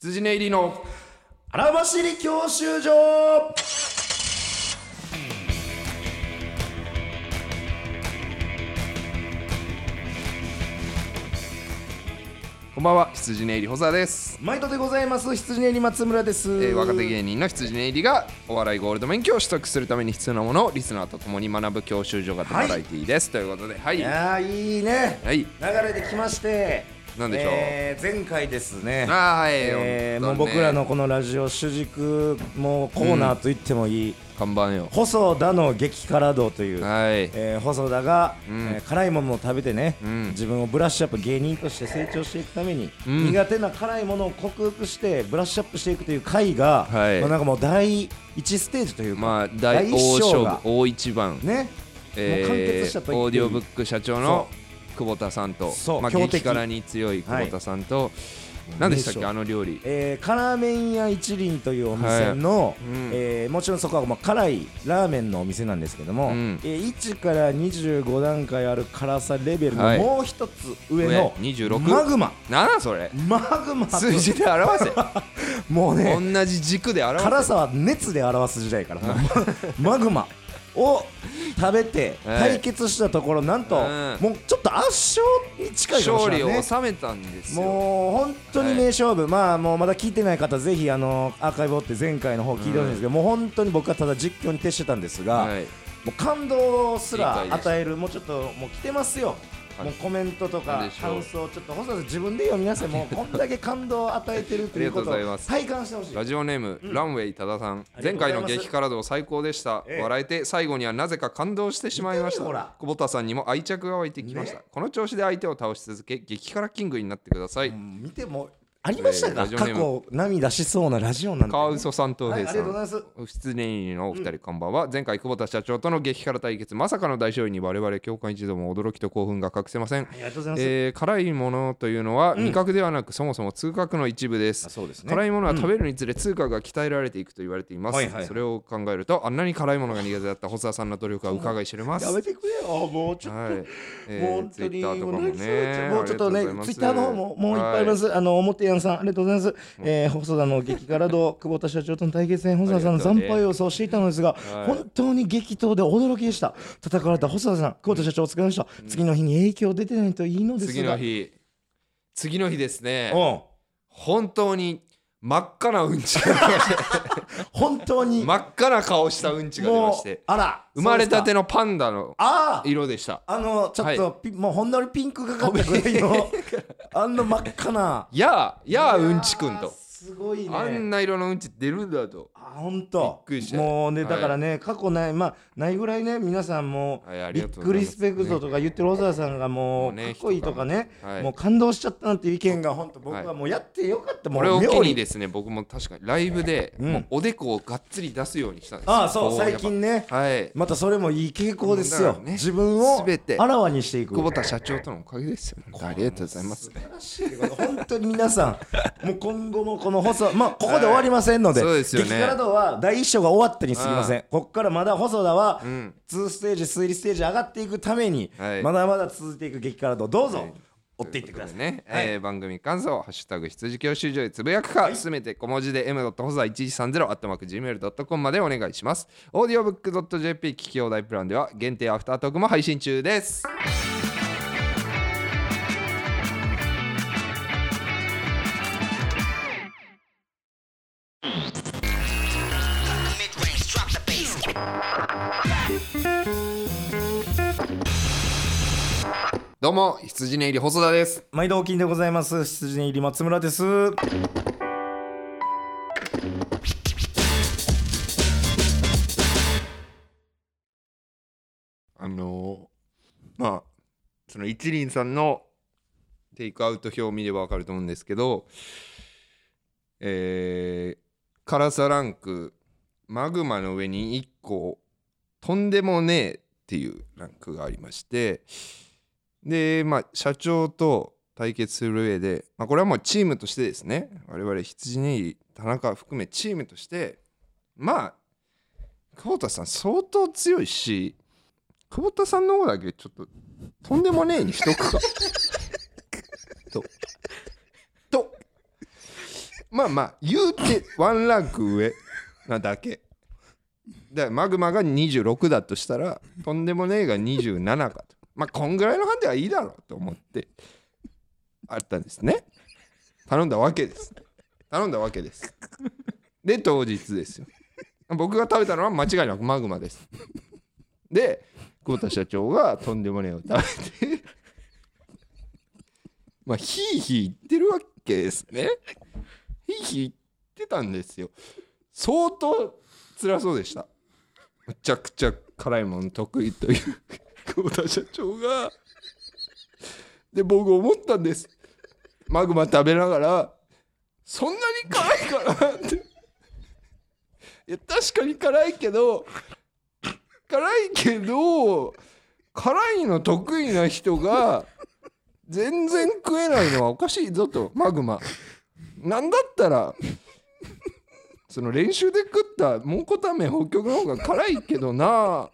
羊ネイリーの荒走り教習所こんばんは羊ネイリー保沢です、毎度でございます羊ねり松村です、えー若手芸人の羊ネイリーがお笑いゴールド免許を取得するために必要なものをリスナーと共に学ぶ教習所型バラエティーです、ということではいいやーいいね、はい流れてきましてなんでしょうえー前回ですねあーはいえー本もう当ね僕らのこのラジオ主軸もうコーナーと言ってもいい、看板よ細田の激辛道という、はいえー細田が、えー辛いものを食べてね、ん自分をブラッシュアップ芸人として成長していくために、ん苦手な辛いものを克服してブラッシュアップしていくという回が、はいまあなんかもう第1ステージというか、まあ大大一章勝が負大一番、ね、もう完え結したーと言オーってデいいィオブック社長の久保田さんとそうまあ、強敵激辛に強い久保田さんと、何でしたっけあの料理えー、辛麺屋一輪というお店の、いうんえーもちろんそこはまあ辛いラーメンのお店なんですけども、うんえー1から25段階ある辛さレベルのはいもう一つ上の上26マグマなんだそれマグマと数字で表せもうね同じ軸で表せ辛さは熱で表す時代からもう マグマを食べてはい対決したところなんとうんもうちょっと圧勝に近いかもし勝れ利ないをね収めたんですよもう本当にはい名勝負、まあもうまだ聞いてない方ぜひあのアーカイブを追って前回の方聞いてほしいんですけど、もう本当に僕はただ実況に徹してたんですが、はい、もう感動すら理解です与えるもうちょっともう来てますよ、はいもうコメントとなかんでしょう感想ちょっと細田さん自分で読み なさいもうこんだけ感動を与えてるというありがとことうございをます体感してほしいラジオネーム、ランウェイ多田さんありが前とうござ回いますの激辛道最高でした、ええ笑えて最後にはなぜか感動してしまいまし見てたみほら久保田さんにも愛着が湧いてきました、ねこの調子で相手を倒し続け激辛キングになってください、うん見てもありましたか、えーラジオネ過ーム去涙しそうなラジオなんてカワウソさんと平はいあさりがん、とうござい出演員のお二人、こんばんは前回久保田社長との激辛対決まさかの大勝利に我々協会一同も驚きと興奮が隠せませんありがとうございます、えー辛いものというのは味覚ではなく、そもそも痛覚の一部ですあそうですね辛いものは食べるにつれ痛覚が鍛えられていくと言われています、はいはいはいそれを考えるとあんなに辛いものが苦手だった細田さんの努力は伺い知れますやめてくれよもうちょっと はい、もうえ本ツ当イにッターとかもねもうちょっとあねりがございますツイッターの方ももういっぱいあります、あの表やんさんありがとうございます、えー、細田の激 辛堂久保田社長との対決戦細田さんの惨敗を予想していたのですが、い本当に激闘で驚きでした叩かれた細田さん久保田社長お疲れ様でした、次の日に影響出てないといいのですが次の日次の日ですねうん本当に真っ赤なうんちが出ま して本当に真っ赤な顔したうんちが出ましもうてあら生まれたてののパンダのああ色でしたあのちょっはとピ、もうほんのりピンクがかったぐらいのあんな真っ赤なやあやあうんちくんいやーとすごいねあんな色のうんち出るんだと。あ本当びっくりしてもうねはいだからね、過去ないまあないぐらいね皆さんもはいありびがっとうくございりますスペクトとか言ってる小沢さんがももううねかっこいいとかね人がはいもう感動しちゃったなっていう意見が本当僕はいはもうやってよかったもこれをう機妙にですね、僕も確かにライブで、うんもうおでこをがっつり出すようにしたんですよああそうこ最近ねやっぱはい。またそれもいい傾向ですだよ、からね自分を全てあらわにしていく久保田社長とのおかげですよ。 ありがとうございます素。晴らしいこと本当に皆さんもう今後もこ の細まあここで終わりませんので,、はいそうですよね激辛度は第一章が終わったにすぎません、ここからまだ細田はん2ステージ推理ステージ上がっていくために、はいまだまだ続いていく激辛度どうぞ、はい追っていってくださいということでね、えー番組感想、ハッシュタグ羊教習所でつぶやくか、すべて小文字で m. ホザ1130 at mark gmail.com までお願いします。オーディオブック .jp 聞き放題プランでは限定アフタートークも配信中です。どうも、羊ネイリ細田です。毎度お金でございます羊に入り松村ですあのーまあその一輪さんのテイクアウト表を見ればわかると思うんですけどえー、辛さランクマグマの上に1個とんでもねえっていうランクがありましてでまあ社長と対決する上で、まあ、これはもうチームとしてですね我々羊ねぎ田中含めチームとしてまあ久保田さん相当強いし久保田さんの方だけちょっととんでもねえにしとくかととまあまあ言うてワンランク上なだけだからマグマが26だとしたらとんでもねえが27かとまあこんぐらいの判定はいいだろうと思ってあったんですね頼んだわけです頼んだわけですで当日ですよ僕が食べたのは間違いなくマグマですで久保田社長がとんでもねえを食べて まあヒーヒー言ってるわけですねヒーヒー言ってたんですよ相当辛そうでしたむちゃくちゃ辛いもの得意という久保田社長がで僕思ったんですマグマ食べながらそんなに辛いかなっていや確かに辛いけど辛いけど辛いの得意な人が全然食えないのはおかしいぞとマグマなんだったらその練習で食った蒙古タンメン北極の方が辛いけどな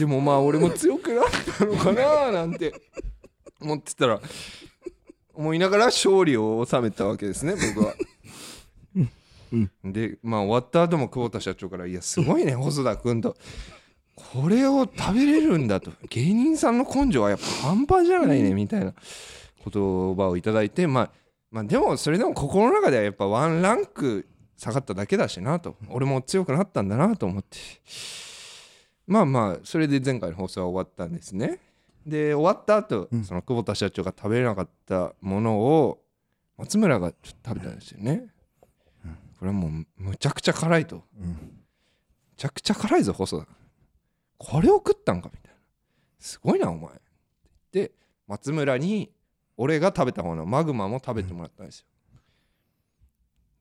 でもまあ俺も強くなったのかななんて思ってたら思いながら勝利を収めたわけですね僕は。でまあ終わった後も久保田社長から「いやすごいね細田君」と「これを食べれるんだ」と「芸人さんの根性はやっぱ半端じゃないね」みたいな言葉をいただいてまあまあでもそれでも心の中ではやっぱワンランク下がっただけだしなと俺も強くなったんだなと思ってまあまあそれで前回の放送は終わったんですねで終わった後、うんその久保田社長が食べれなかったものを松村がちょっと食べたんですよね、うんこれはもうむちゃくちゃ辛いとむうんちゃくちゃ辛いぞ細田これを食ったんかみたいなすごいなお前で松村に俺が食べた方のマグマも食べてもらったんですよ、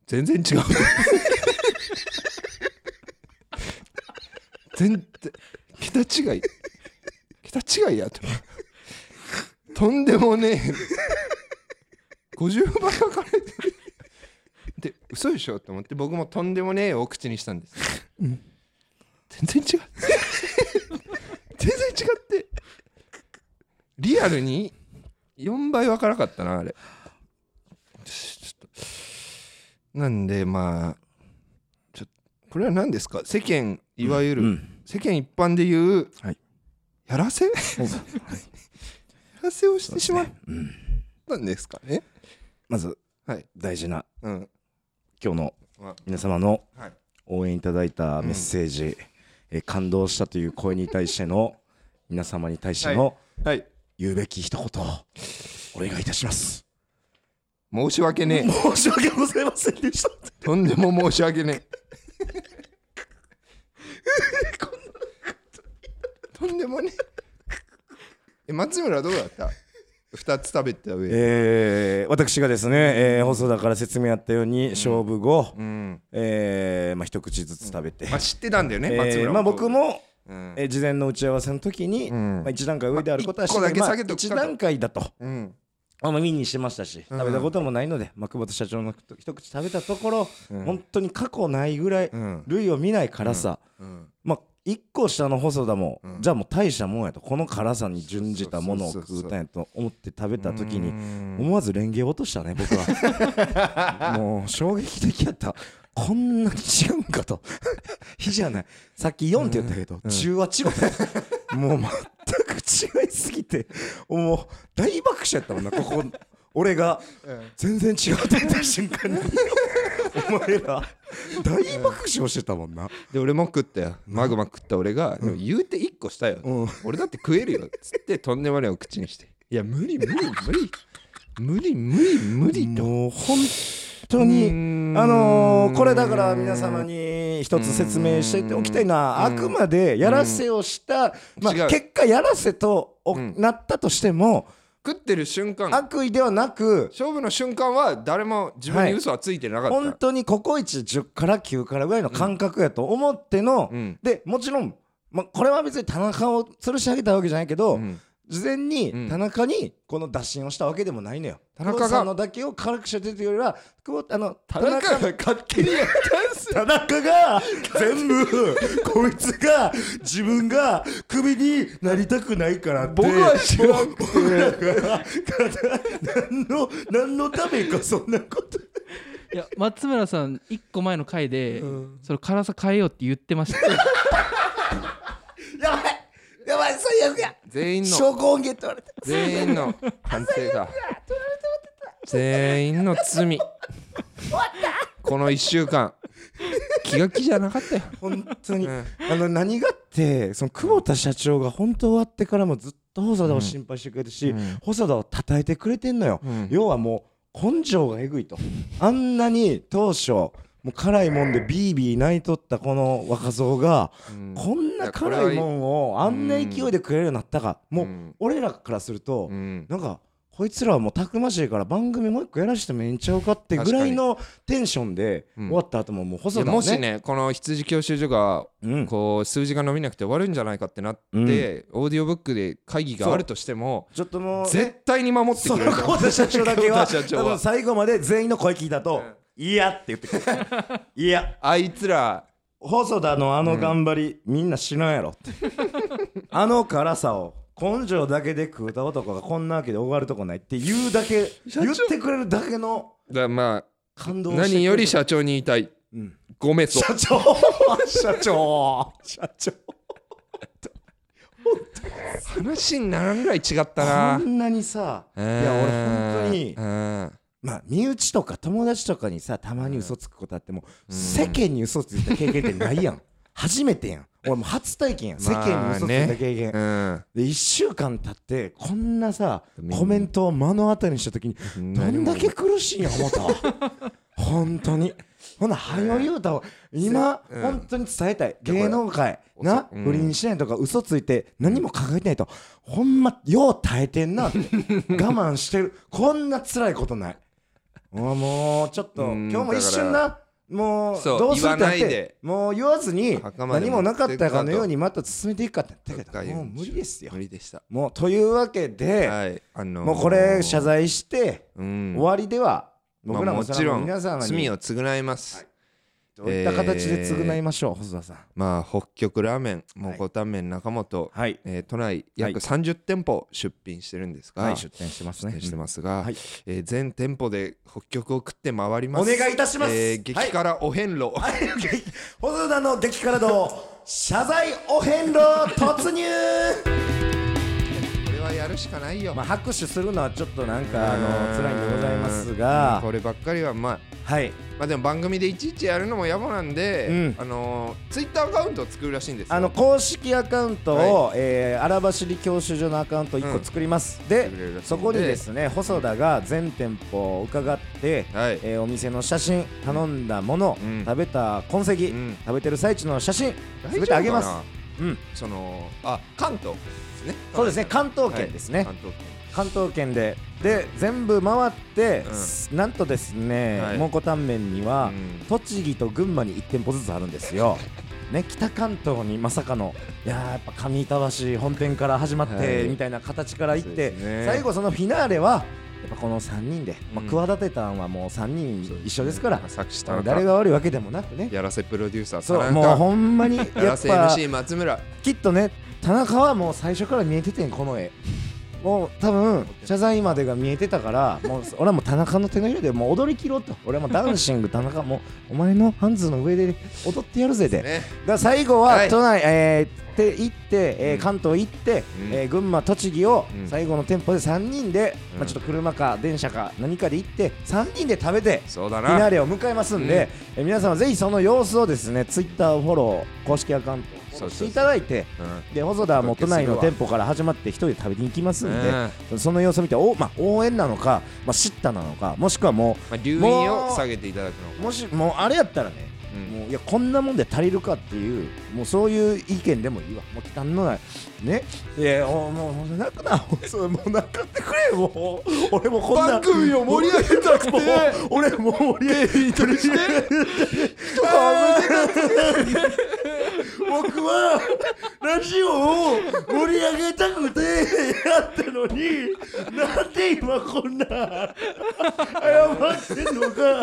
全然違う全然桁違い桁違いやととんでもねえ50倍はかれてるで嘘でしょと思って僕もとんでもねえを口にしたんです、うん全然違う全然違ってリアルに4倍わからなかったなあれちょっとなんでまあちょこれは何ですか世間いわゆる、うん世間一般で言う、はいやらせ やはいらせをしてしまっうんたんですかねまずはい大事なうん今日のま皆様のあはい応援いただいたメッセージ、えー感動したという声に対しての皆様に対してのはい言うべき一言をお願いいたします申し訳ねえ申し訳ございませんでしたとんでも申し訳 ねえとんでもねええ松村どうだった2つ食べた上、えー、私がですね、えー、細田から説明あったように、勝負後、うんえーまあ、一口ずつ食べて、まあ、知ってたんだよね、えー松村はまあ、僕、も、うんえー事前の打ち合わせの時に、うんまあ、1段階上であることはまあて一個だけ下げとく1かと段階だとうんあの見にしてましたし、うん食べたこともないので、まあ、久保田社長の一口食べたところ、うん本当に過去ないぐらい、うん類を見ない辛さ、うんまあ一個下の細田も、うんじゃあもう大したもんやとこの辛さに準じたものを食うたんやと思って食べた時にうん思わずレンゲを落としたね僕はもう衝撃的やったこんなに違うんかと火じゃないさっき4って言ったけど、10は違うもう全く違いすぎてもう大爆笑やったもんなここ俺が全然違うって言った瞬間にお前ら大爆笑してたもんなで俺も食ったよマグマ食った俺が、でも言うて1個したよ、うん俺だって食えるよっつってとんでもないを口にしていや無理無理無理無理無理無理ともう本当にうーんあのーこれだから皆様に一つ説明しておきたいのはあくまでやらせをした、まあ違う、結果やらせとおうんなったとしても、食ってる瞬間悪意ではなく勝負の瞬間は誰も自分に嘘はついてなかった、本当にココイチ10から9からぐらいの感覚やと思っての、うんでもちろん、まあ、これは別に田中を吊るし上げたわけじゃないけど、うん事前うんに田中にこの打診をしたわけでもないのよ。田中が久保さんのだけを辛くしてるというよりは久保あの田中が勝手にやったんすよ田中が全 部こいつが自分がクビになりたくないからって僕は知らん僕らが何の何のためかそんなこといや松村さん一個前の回で、うんその辛さ変えようって言ってましたやばいやばい最悪や全員の証拠音源取られた全員の判定が全員の罪この1週間気が気じゃなかったよ、本当にうんあの何がってその久保田社長が本当終わってからもずっと細田を心配してくれるし、うん細田を叩いてくれてんのよ、うん要はもう根性がえぐいとあんなに当初もう辛いもんでビービー泣いとったこの若造が、うんこんな辛いもんをあんな勢いで食えるようになったか、もううん俺らからすると、うんなんかこいつらはもうたくましいから番組もう一個やらしてもええんちゃうかってぐらいのテンションでうん終わった後ももうい細や田もはしねねこの羊教習所がうんこう数字が伸びなくて終わるんじゃないかってなって、オーディオブックで会議があるとしてもちょっともう絶対に守ってそくれるのと久保田社長だ けは久保田社長多は分最後まで全員の声聞いたと「いや」って言ってくる 「いやあいつら細田のあの頑張り、みんな知らんやろ」ってあの辛さを根性だけで食うた男がこんなわけで終わるとこないって言うだけ言ってくれるだけのだま感あ動をしてくれる何より社長に言いたいうんごめそ社長社長社長話にならんぐらい違ったこなんなにさいうやん俺本当にうんまあ身内とか友達とかにさたまに嘘つくことあっても、うん世間に嘘ついた経験ってないやん初めてやん俺もう初体験やん、世間に嘘ついた経験、うんで1週間経ってこんなさみんなコメントを目の当たりにした時にどんだけ苦しいんや思ったわ 本当にほなはよ言うたわ今、うん本当に伝えたい芸能界これな、うん不倫しないとか嘘ついて何も抱えてないとほんまよう耐えてん なって我慢してるこんな辛いことないもうもうちょっとうん今日も一瞬なもうそうどうするってな言わっないでてもう言わずに墓まで何持もっていなくかかとったかのようにまた進めていくかって言ったけどもう無理ですよ無理でしたもうというわけで、はいあのーもうこれ謝罪して、うん終わりではまあ僕らももそちれはろもんう皆様に罪を償います、どういった形で償いましょう、細田さんまあ北極ラーメン蒙古タンメン中本、はいえー都内はい約30店舗出品してるんですが、はい出店してますね出店してますが、んはいえー全店舗で北極を食って回りますお願いいたしますえーはい激辛お遍路、はい 細田の激辛道謝罪お遍路突入 これはやるしかないよ、まあ拍手するのはちょっとなんかあのうん辛いんでございますうんがこればっかりはまあはいまあでも番組でいちいちやるのも野暮なんで、うんあのツイッター Twitter アカウントを作るらしいんですよあの公式アカウントを、えー荒走り教習所のアカウント1個作ります、で作れるらしいんでそこにですね細田が全店舗を伺って、はいえーお店の写真頼んだもの、うん食べた痕跡、ん食べてる最中の写真大丈夫か全なてあげます、うん、そのあ関東ですねそうですね関東圏ですね、はい関東圏関東圏でで全部回って、なんとですはねい蒙古タンメンには、うん栃木と群馬に1店舗ずつあるんです よ。ね、北関東にまさかのいやーやっぱ上板橋本店から始まって、はいみたいな形からいっそうて、ですね最後そのフィナーレはやっぱこの3人で、まうあ、ん企てたんはもう3人一緒ですから、まあ作詞田中誰が悪いわけでもなくねやらせプロデューサーそう田もう中ほんまにやっやらせぱ MC 松村きっとね田中はもう最初から見えてて んこの絵もう多分謝罪までが見えてたからもう俺はもう田中の手のひらでもう踊りきろと俺はもうダンシング田中もうお前のハンズの上で踊ってやるぜで、ねだから最後ははい都内、えーって行って、えーうん関東行って、うんえー群馬栃木をうん最後の店舗で3人で、うんまあ、ちょっと車か電車か何かで行って3人で食べてそうだフィナーなレを迎えますんで、え皆さんはぜひその様子をですねツイッターをフォロー公式アカウントをフォローしていただいてうんで細田はもう都内の店舗から始まって一人で食べに行きますんで、その様子を見てお、まあ、応援なのか、まあ、知ったなのかもしくはもまあ、留飲を下げていただくのうもしもうあれやったらね、うんもういやこんなもんで足りるかっていうもうそういう意見でもいいわもう忌憚のないねいやおもうもう泣くなもうそうもう泣かってくれよもう俺もこんな番組を盛り上げたくてもう俺もう盛り上げたくて僕はラジオを盛り上げたくてやったのになんで今こんな謝ってんのか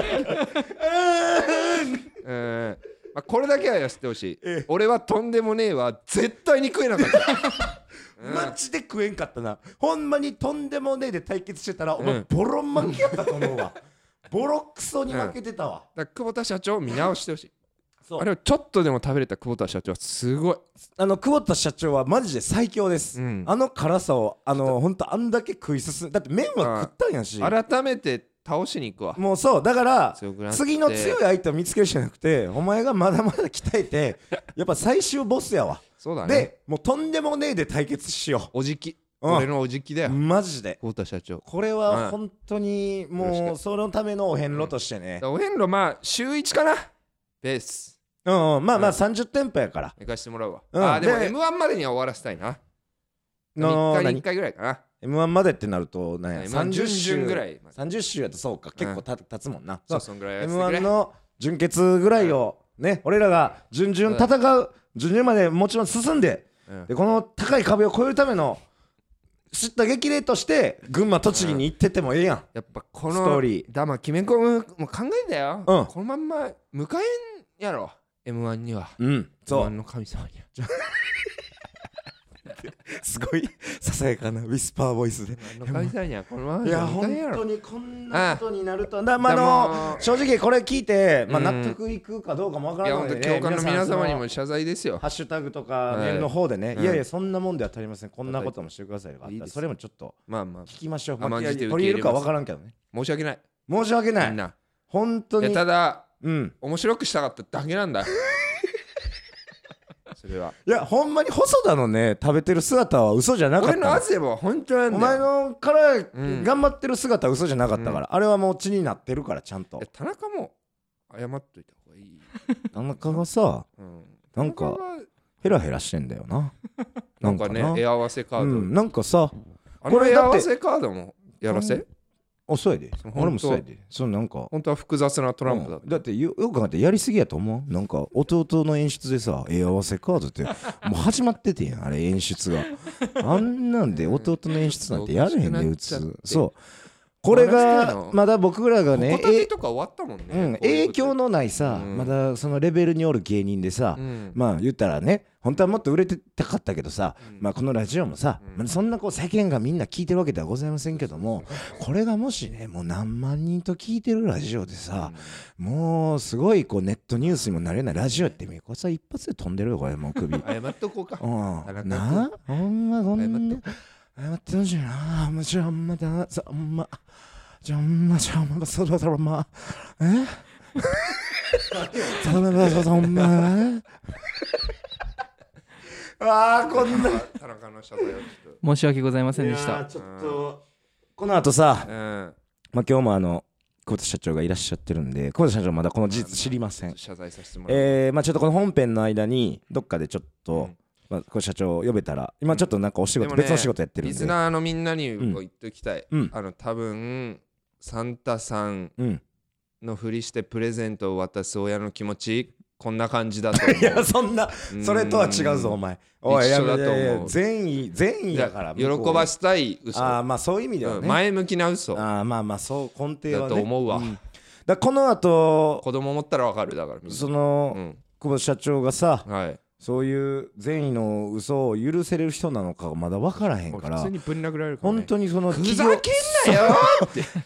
あーうんまあ、これだけはやしてほしい、俺はとんでもねえわ絶対に食えなかったマジで食えんかったなほんまにとんでもねえで対決してたらおう前んボロ負けやったと思うわ ボロクソに負けてたわ。ら久保田社長を見直してほしいそうあれをちょっとでも食べれた久保田社長はすごい、あの久保田社長はマジで最強です。うんあの辛さをあの本当あんだけ食い進んだって麺は食ったんやし。改めて倒しに行くわもうそうだから強くなって次の強い相手を見つけるじゃなくてお前がまだまだ鍛 えてやっぱ最終ボスやわ。そうだねでもうとんでもねえで対決しよおじきうん俺のおじきだよう。久マジで。保田社長これうんは本当によもろうそのためのお遍路としてね。お遍路まあ週1かなベースうんうんまあまあうん30店舗やから。行かしてもらうわ、うんあーでもで m 1までには終わらせたいなの3日に1何回ぐらいかな M1 までってなると何や M1 準々ぐらいまで30週やとそうか結構た経つもんな。そうそんぐらいやらせてく M1 れの準決ぐらいをね俺らが準々戦う準々までもちろん進んでうんでこの高い壁を越えるための知った激励として群馬栃木に行ってってもええやん。やっぱこストーのリーダマ決め込むもう考えだよ、うんこのまんま迎えんやろ m 1にはうん、 m そ1うの神様 にはすごいささやかなウィスパーボイスで M1 の神様にはこのままいじゃや迎本えんや当ろにこんなことになるとはだまあだからあものう正直これ聞いて、まあ、うん納得いくかどうかもわかいやらな本い当のにで、教官の皆様にも皆さんその謝罪ですよハッシュタグとかはいメールの方でね、うんいやいやそんなもんでは足りませんこんなこともしてくださいよ、いいですそれもちょっとまあまあ聞きましょう、甘んじて受け取入り入れれまするかわからんけどね申し訳ない申し訳なみんいな本当いやにただうん面白くしたかっただけ なんだそれはいやほんまに細田のね食べてる姿は嘘じゃなかっ俺たのの汗は本当なんだよお前のからん頑張ってる姿は嘘じゃなかったから、あれはもう血になってるからちゃんといや田中も謝っといた方がいい、田中がさうん、なんか田中はヘラヘラしてんだよ ななんかねな絵合わせカーうド、ん、なんかさあのこれ絵だ合ってわせカードもやらせあそうやでそう俺もそうやでそうなんか本当は複雑なトランプだっうた、んだってよよく考えてやりすぎやと思うなんか弟の演出でさ絵合わせカー ドってもう始まっててんやんあれ演出があんなんで弟の演出なんてやれへんでうん打おかしくなっつちゃってそうこれお腹痛いがのまだ僕らがねホタテとか終わったもんね、えうん、こういうこ影と響、のないさ、うんまだそのレベルにおる芸人でさ、うんまあ言ったらね本当はもっと売れてたかったけどさ、うんまあこのラジオもさ、うんまあそんなこう世間がみんな聞いてるわけではございませんけどもこれがもしねもう何万人と聞いてるラジオでさ、もうすごいこうネットニュースにもなるようなラジオやってみるこれさ一発で飛んでるよこれもう首うん謝っとこうか田中君なあほんまこん謝なっ謝ってほしいなあもうちょほんまだなさほんまじゃあほんまじゃあほんまそろそろまあ えそろそろほんまああこんな田中の謝罪をちょっ申し訳ございませんでしいやーた。ちょっとこの後さと、うんまあ、今日もあの久保田社長がいらっしゃってるんで久保田社長まだこの事実知りません謝罪させてもらう、えーまあちょっとこの本編の間にどっかでちょっと、うんまあ、久保田社長呼べたら今ちょっとなんかお仕で事、もね別の仕事やってるんリでスナーのみんなにうんこう言っておきたい、うんあの多分サンタさんうん、のふりしてプレゼントを渡す親の気持ちこんな感じだと思う いやそんなそれとは違うぞお前おい一や緒だめとて思うやめて善意善意だから喜ばししたい嘘ああまあそういう意味ではね、うん前向きな嘘だああまあまあそう根底はねと思うわ、んだこの後子供思ったらわかるだからみんなその、うん久保田社長がさ、はいそういう善意の嘘を許せれる人なのかまだ分からへんか普ら通にぶん殴られるから、ね、本当にそのふ企ざ業けんなよ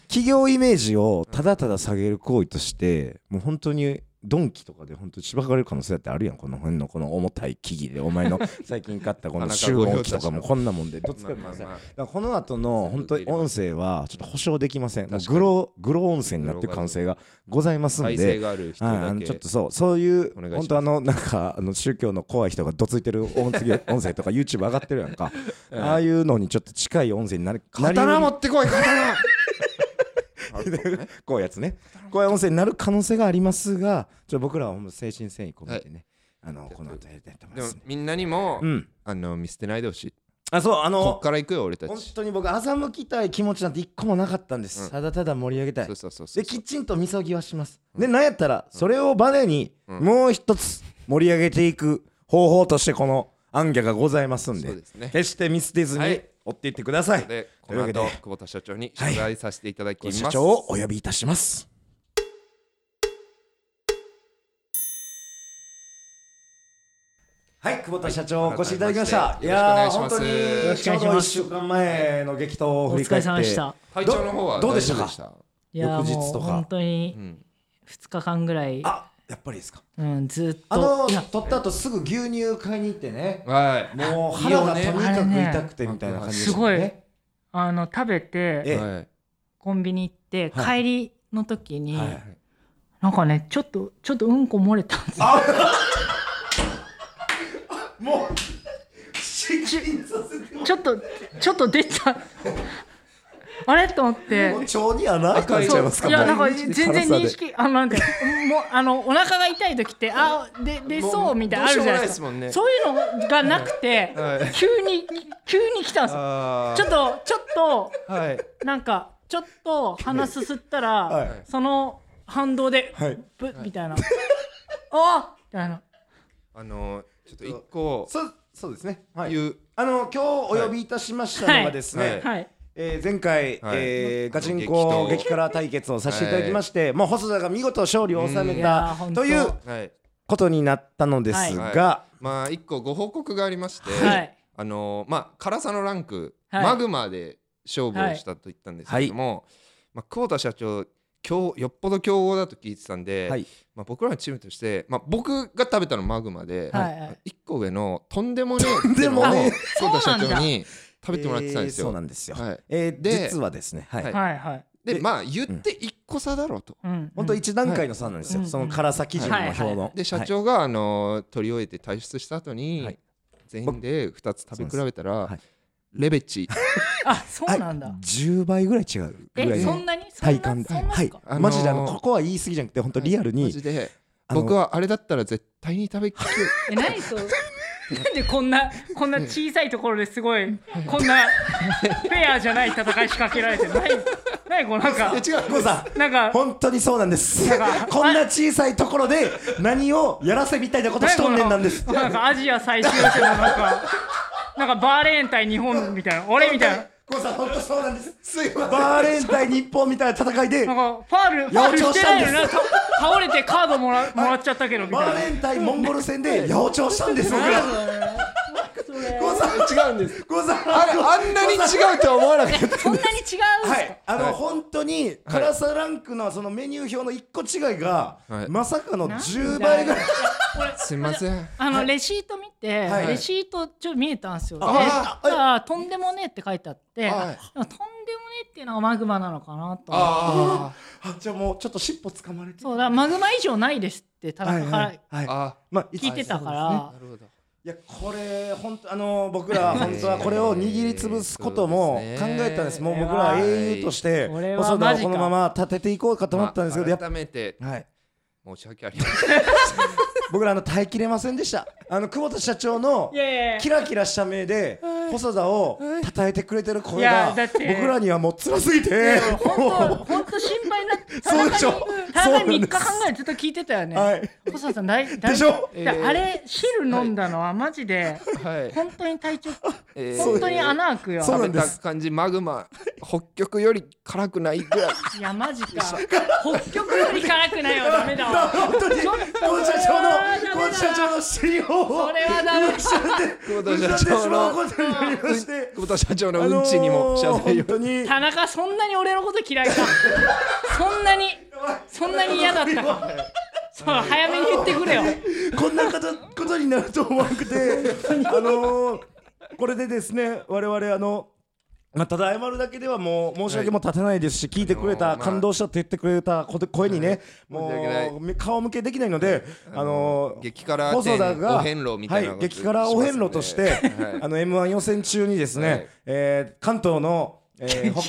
企業イメージをただただ下げる行為としてもう本当にドンキとかで本当にしばかれる可能性だってあるやんこの辺のこの重たい木々で お前の最近買ったこの集合機とかもこんなもんでどっつかまあまあまあだからこの後の本当に音声はちょっと保証できませんもう確かにグログロ音声になってる可能性がございますん体で勢がある人はい、あだのけちょっとそうそういうお願いします本当あのなんかあの宗教の怖い人がどついてる音声音声とか YouTube 上がってるやん か、ああいうのにちょっと近い音声になる刀持なってこい 刀りうるこういうやつねこういう音声になる可能性がありますがちょっと僕らはほんま精神誠意込めてね、あのこの後やりたいと思いでまもす、みんなにも、うんあの見捨てないでほしいあそうあこっのから行くよ俺た本ち当に僕欺きたい気持ちなんて一個もなかったんです、うんただただ盛り上げたいそうそうそうそうできちんとみそぎはします、でなんやったらそれをバネにうんもう一つ盛り上げていく方法としてこの暗ャがございますんでそうですね決して見捨てずにはい追っていってください、でとこいうのわけで後久保田社長に謝罪させていただきます、社長をお呼びいたしますはい久保田社長お越しいただきました、はいい、やーよろしく本お当に願いしますちょうど1週間前の激闘を振り返ってお疲れ様でした体調の方はどどうでしたか大丈夫いや翌日もうとか本当うにん2日間ぐらい、あやっぱりですかうん、ずっとあのいや取った後すぐ牛乳買いに行ってねはいもう腹がといいによねかく痛くてみたいな感じでしたもんあれねねあの食べえてえはいコンビニ行ってはい帰りの時 に、はいなんかねちょっとちょっとうんこ漏れたん ですよもうしきさせてちょっとちょっと出ちゃう あれと思ってもう腸に穴開い出ちゃいますそかういやらなんかね全然認識あのなんてもうあのお腹が痛い時ってあで出そうみたいなのあるじゃないですかもうどうしよそういうのがなくて、はい急に急に来たんですよあちょっとちょっととはいなんかちょっと鼻すすったら、はいその反動で、はいぶみたい な「あみたいなあのーちょっと一個そうそうですねはい言うあの今日お呼びいたしましたのがですはいはねいはいえー前回、はいえーガチン激コ闘激辛対決をさせていただきまして、もう細田が見事勝利を収いめたやー本当というはいことになったのですが、はまあ一個ご報告がありまして、はいあのーまあ辛さのランク、はいマグマで勝負をしたと言ったんですけども、まあ、久保田社長強よっぽど強豪だと聞いてたんで、はいまあ、僕らのチームとして、まあ、僕が食べたのマグマで、はいまあ一個上のとんでもねえっていうのをとんでもねえ 久保田社長に食べてもらってたんですえーそような。んですよ、はい、えーで実はですねはい、はいはいはいでまあ言って一個差だろうと。うん本当うん一段階の差なんですよ、うんその辛さ基準の表の、はいはで社長が、あのー取り終えて退出した後に、はい全員で2つ食べ比べたら、はいレベチあそうなんだ、 10倍ぐらい違うぐらえいそのんなにそんな体感でそんなはんすいか、あのーマジであのここは言い過ぎじゃなくて本当リアルマにジであの僕はあれだったら絶対に食べきれえ何そうなんでこんなこんな小さいところですごいこんなフェアじゃない戦い仕掛けられてない何こうなんかいや違うこうさんなんか本当にそうなんですかこんな小さいところで何をやらせみたいなことしとんねんなんですなんかアジア最終予選のなんかなんかバーレーン対日本みたいな俺みたいなこうさん本当そうなんですすいませんバーレン対日本みたいな戦いでなんかファールファールしてないのになた倒れてカードもらもらっちゃったけどみたバいーレン対モンゴル戦で八百長したんです僕らこうさん違うんですこうさんあれあんなに違うとは思わなか ったなそんなに違う、はい、あの、本当に辛さランクのそのメニュー表の一個違いが、はいまさかのなんだ10倍ぐらい。すいませんあのレシート見て、はいレシートちょっと見えたんですよ。であーあーとんでもねえって書いてあって、はいあとんでもねえっていうのがマグマなのかなと思って。ああじゃあもうちょっと尻尾掴まれて。そうだからマグマ以上ないですって田はい中かはらいはいー。あまあ、一聞いてたから、ーなるほどいやこれ本当あの僕 ら本当はこれを握りつぶすこともえー考そうですねえたんです。もう僕らは英雄としてこれは細田をマジこかのまま立てていこうかと思ったんですけど、やっぱ改めてはい。申し訳ありません僕らあの耐えきれませんでした。あの久保田社長のいやいやいやキラキラした目で細田を叩いてくれてる声いがやだって僕らにはもう辛すぎて本当本当心配なそうでしょそ田中うなんにです3日半ぐらいずっと聞いてたよね、はい細田さん大大でしょであれ汁飲んだのはマジではい本当に 体調えー本当に穴開くよそうな食んべでたす感じマグマ北極より辛くないぐらいいやマジか北極より辛くないはダメだわ 本当にちょっ久保田社長のダ久メ保だ田社長の尻尾をそれはダメだ久保踏んで田し社長まうのことになりまして久保田社長のうんちにも謝罪本を当に田中そんなに俺のこと嫌いかそんなにそんなに嫌だったかそう早めに言ってくれよこんなことことになると思わ なくてあのー、これでですね我々あのまあ、ただ謝るだけではもう申し訳も立たないですし、聞いてくれた、あのーまあ感動したって言ってくれたこ声にね、申し訳ないもう顔向けできないので、あのー激辛店お遍路みたいなはこい、と激辛お遍路として、しますねはいあの m 1予選中にですね、はいえー関東の、えーほ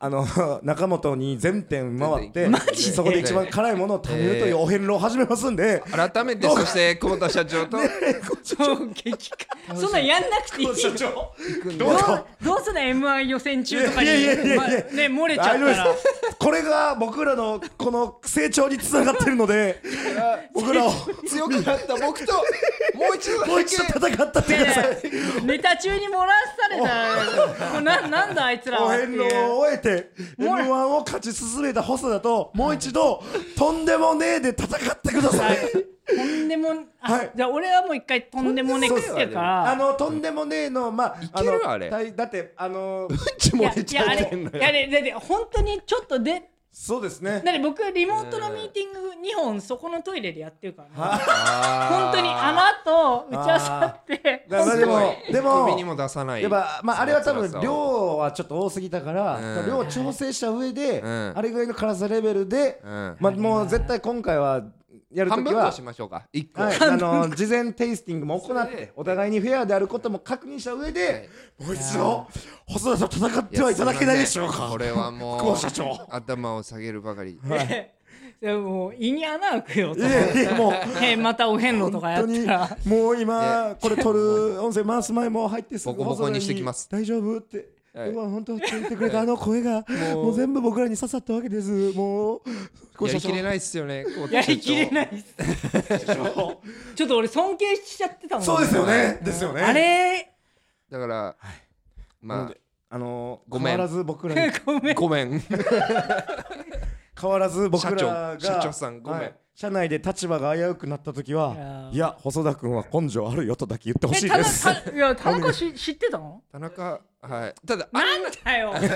あの 中本に全店回ってマジでそこで一番辛いものを食べるというお遍路を始めますんで、改めてそして久保田社長とそう激化そんなんやんなくていい社よ長どうどうすんの m 1予選中とかにいやいやいやいやまね漏れちゃった大丈夫でらすこれが僕らのこの成長につながってる ので僕らを強くなった僕ともう一度だけもう一度戦って ってください ネタ中に漏らされ たもうななんだあいつらおはって遍路いうを終えて m もう1を勝ち進めた細田ともう一度とんでもねえで戦ってくださいとんでもあ、はいじゃあ俺はもう一回とんでもね食ってるかあらのとんでもねえのまあいけるあれだってあのちいもやれいちゃやあってれんのいよやあれだって本当にちょっとでそうです ねだって僕リモートのミーティング2本そこのトイレでやってるからね本本当にあの後打ち合わせあってだからでもでも首にも出さないやっぱ、まあ、あれは多分辛さを量はちょっと多すぎたから、うん量を調整した上で、うんあれぐらいの辛さレベルで、うんまあ、もう絶対今回はやると半き分とはし。ましょうか一個はい、あの事前テイスティングも行っそれてでお互いにフェアであることも確認した上で、もう一度細田と戦ってはいただけないでしょうやすいませんかこれはもう久保社長頭を下げるばかりででもう胃に穴開くよといやいやもうえまたお遍路とかやっ本当にたらもうい今これ撮る音声回す前も入ってすぐボコボコにしてきます細田に大丈夫って、はい今本当って言ってくれたあの声がもうもう全部僕らに刺さったわけですもうやりきれいないっすよねこうやりきれないいっすちょっと俺尊敬しちゃ ってたもんそうですよねですよねあれだからまあのごめん変わらず僕 らにごめあんごめん変わらず僕らが社長社長さんごめんはい社内で立場が危うくなった時いやはーいや細田君は根性あるよとだけ言ってほしえい田です中いや田中し知ってたの田中はいただあなんだよ 今日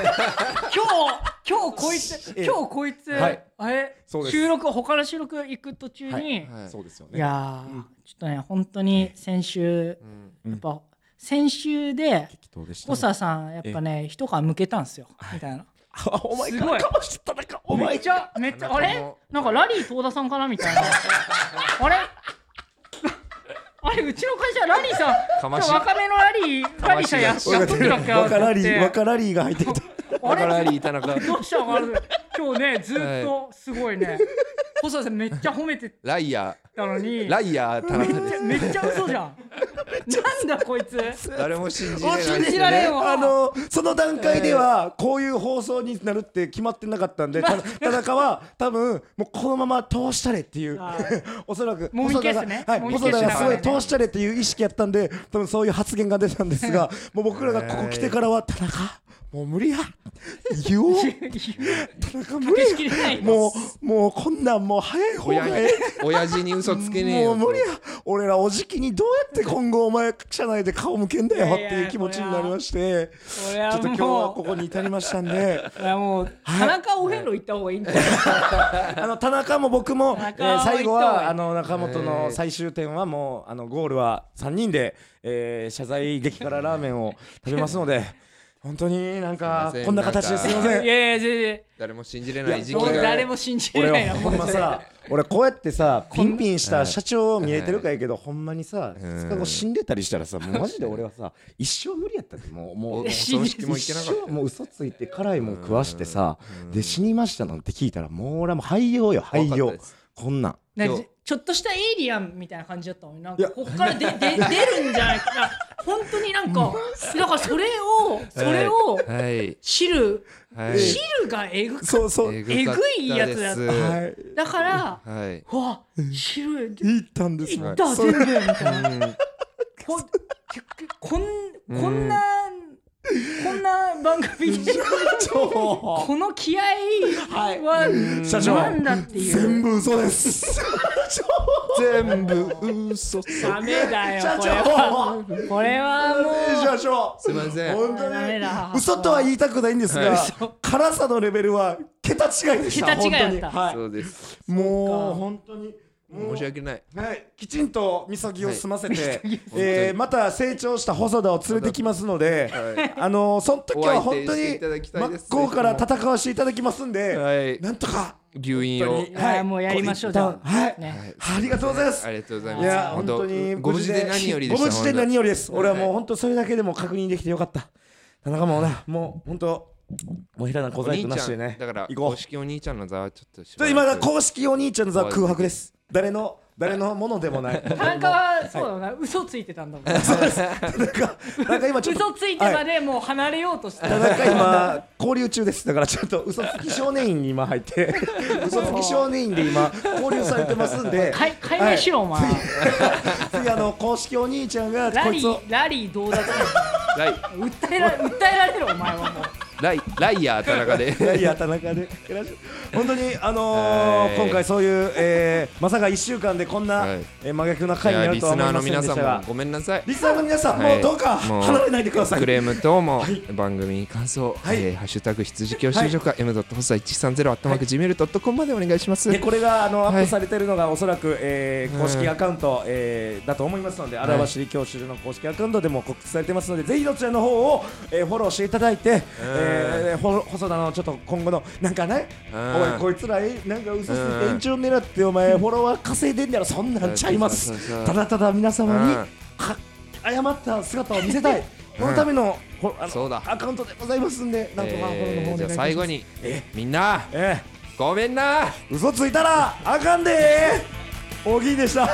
今日こいつええ今日こいつ、はいあれそうです収録他の収録行く途中に、、はいはいそうですよ ねやー、ちょっとね本当に先週うんんやっぱ、先週で適当でしたね小沢さんやっぱね一皮むけたんですよみたいなあお前すかごいかましてただかおめ前っちゃめっちゃあ田中れもなんかラリー遠田さんかなみたいなあれ あれうちの会社ラリーさんかましい若めのラリーラリーさんややっとってたっけな若ラリとー思って若ラリーが入ってきたあれラリー田中どうしたのあれ今日ねずっとすごいね、細田さんめっちゃ褒めてライヤたのにーライヤー田中 めっでちゃすめっちゃ嘘じゃんなんだこいつ誰も信じれない信じられんわあのその段階ではこういう放送になるって決まってなかったんで、た田中は多分もうこのまま通したれっていうあ、 おそらくもういけっすね細田がはいもういけっ細すね田がすごい通したれっていう意識やったんで、多分そういう発言が出たんです が、もう僕らがここ来てからは田中もう無理や、言おう田中無景色理にや。ないもうもうこんなんもう早い方親にがええ。親父に嘘つけねえもよう無理や俺らおじきにどうやって今後お前社内で顔向けんだよっていう気持ちになりましてこれちょはっと今日はこもこに至りましたんで ういやもう田中お遍路行った方がいいんだよあの田中も僕も、え田中ーは最後行った方がいいはあの中本えのー最終点はもうあのゴールは3人で、えー謝罪激辛ラーメンを食べます ので本当になんかすいませんこんな形ですいまいせん。やいや全誰も信じれない時期然もうが誰も信じれ 俺ないよはほんまさ俺こうやってさピンピンした社長見えてるからやけどほんまにさん2日後死んでたりしたらさもうマジで俺はさ一生無理やったってもうもおう葬式も行け一なかった生もう嘘ついて辛いもん食わしてさで死にましたなんて聞いたらもう俺はもう廃業よ廃怖か業ったですこんなんなん今か日ちょっとしたエイリアンみたいな感じだったのになんいかやこっからでで出るんじゃないかな本当になんかだからそれをそれをはい汁はい汁がえぐそうそうえはぐかったえぐいやつだったですいだからはい。うわ汁で行ったんですいもんったそう全部みたいなうんここんこんなこんな番組でこの気合は社長なんだっていう全部嘘です 社全部嘘 つ。ダメだよこれは長これはもう社長すいません。本当ダメだに嘘とは言いたくないんですがは辛さのレベルは桁違いでした桁違いだ本った当にはいそうです。もう本当にもう申し訳ない。はい、きちんとみそぎを済ませて、本当えーにまた成長した細田を連れてきますので、あのー、その時は本当お相手してにいただきたい真でっす向から戦わせていただきますんで、はい。なんとか留飲を本当。にいやもうやりましょうじゃんはい、ねありがとうございますありがとうございいます。や本当にご無事で何よりでした。ご無事で何よりです本当俺はもう本当それだけでも確認できてよかった田中もなもう本当もう平らな小お細兄工なちしゃでん、ねだから行こ公う式お兄ちゃんの座はちょっとしちょばらっとく今だ公式お兄ちゃんの座は空白です誰の誰のものでもない 田中はそうだよな、嘘ついてたんだもんなんか、なんか今ちょっと嘘。ついてまでもう離れようとしてた、田中今交流中ですだからちょっと嘘つき少年院に今入って 嘘つき少年院で今交流されてますんでかい解明しろ、お前次あの公式お兄ちゃんがラこいリつをーラリーどうだったはい。訴えられ訴えられるお前はもうライライヤー田中で いや田中で本当にあのーはい今回そういう、えーまさか1週間でこんな、はいえー真逆な回いになやるリとはス思ナーいまのせんで皆しさたんがもごめんなさいリスナーの皆さん、はいもうどうかもう離れないでくださいクレーム等もはい番組感想、はいえーハッシュタグ羊教習所か、m h o s a 130 at mark gmail.com までお願いします、でこれがあのアはいップされてるのがおそらく、えーうん公式アカウント、えーだと思いますので、い荒走り教習所の公式アカウントでも告知されてますのでぜひどちらの方を、えーフォローしていただいて、えーほ細田のちょっと今後のなんかね、うんおいこいつらえなんか嘘ついてうん延長狙って お前フォロワー稼いでんだろそんなんちゃいまそうそうそすうただただ皆様にうんは誤った姿を見せたいこのための,、ほあそうだのアカウントでございますんでなんとかフォローの方えーお願いいたします、じゃあ最後にえみんなえーごめんな嘘ついたらあかんでーおぎーでした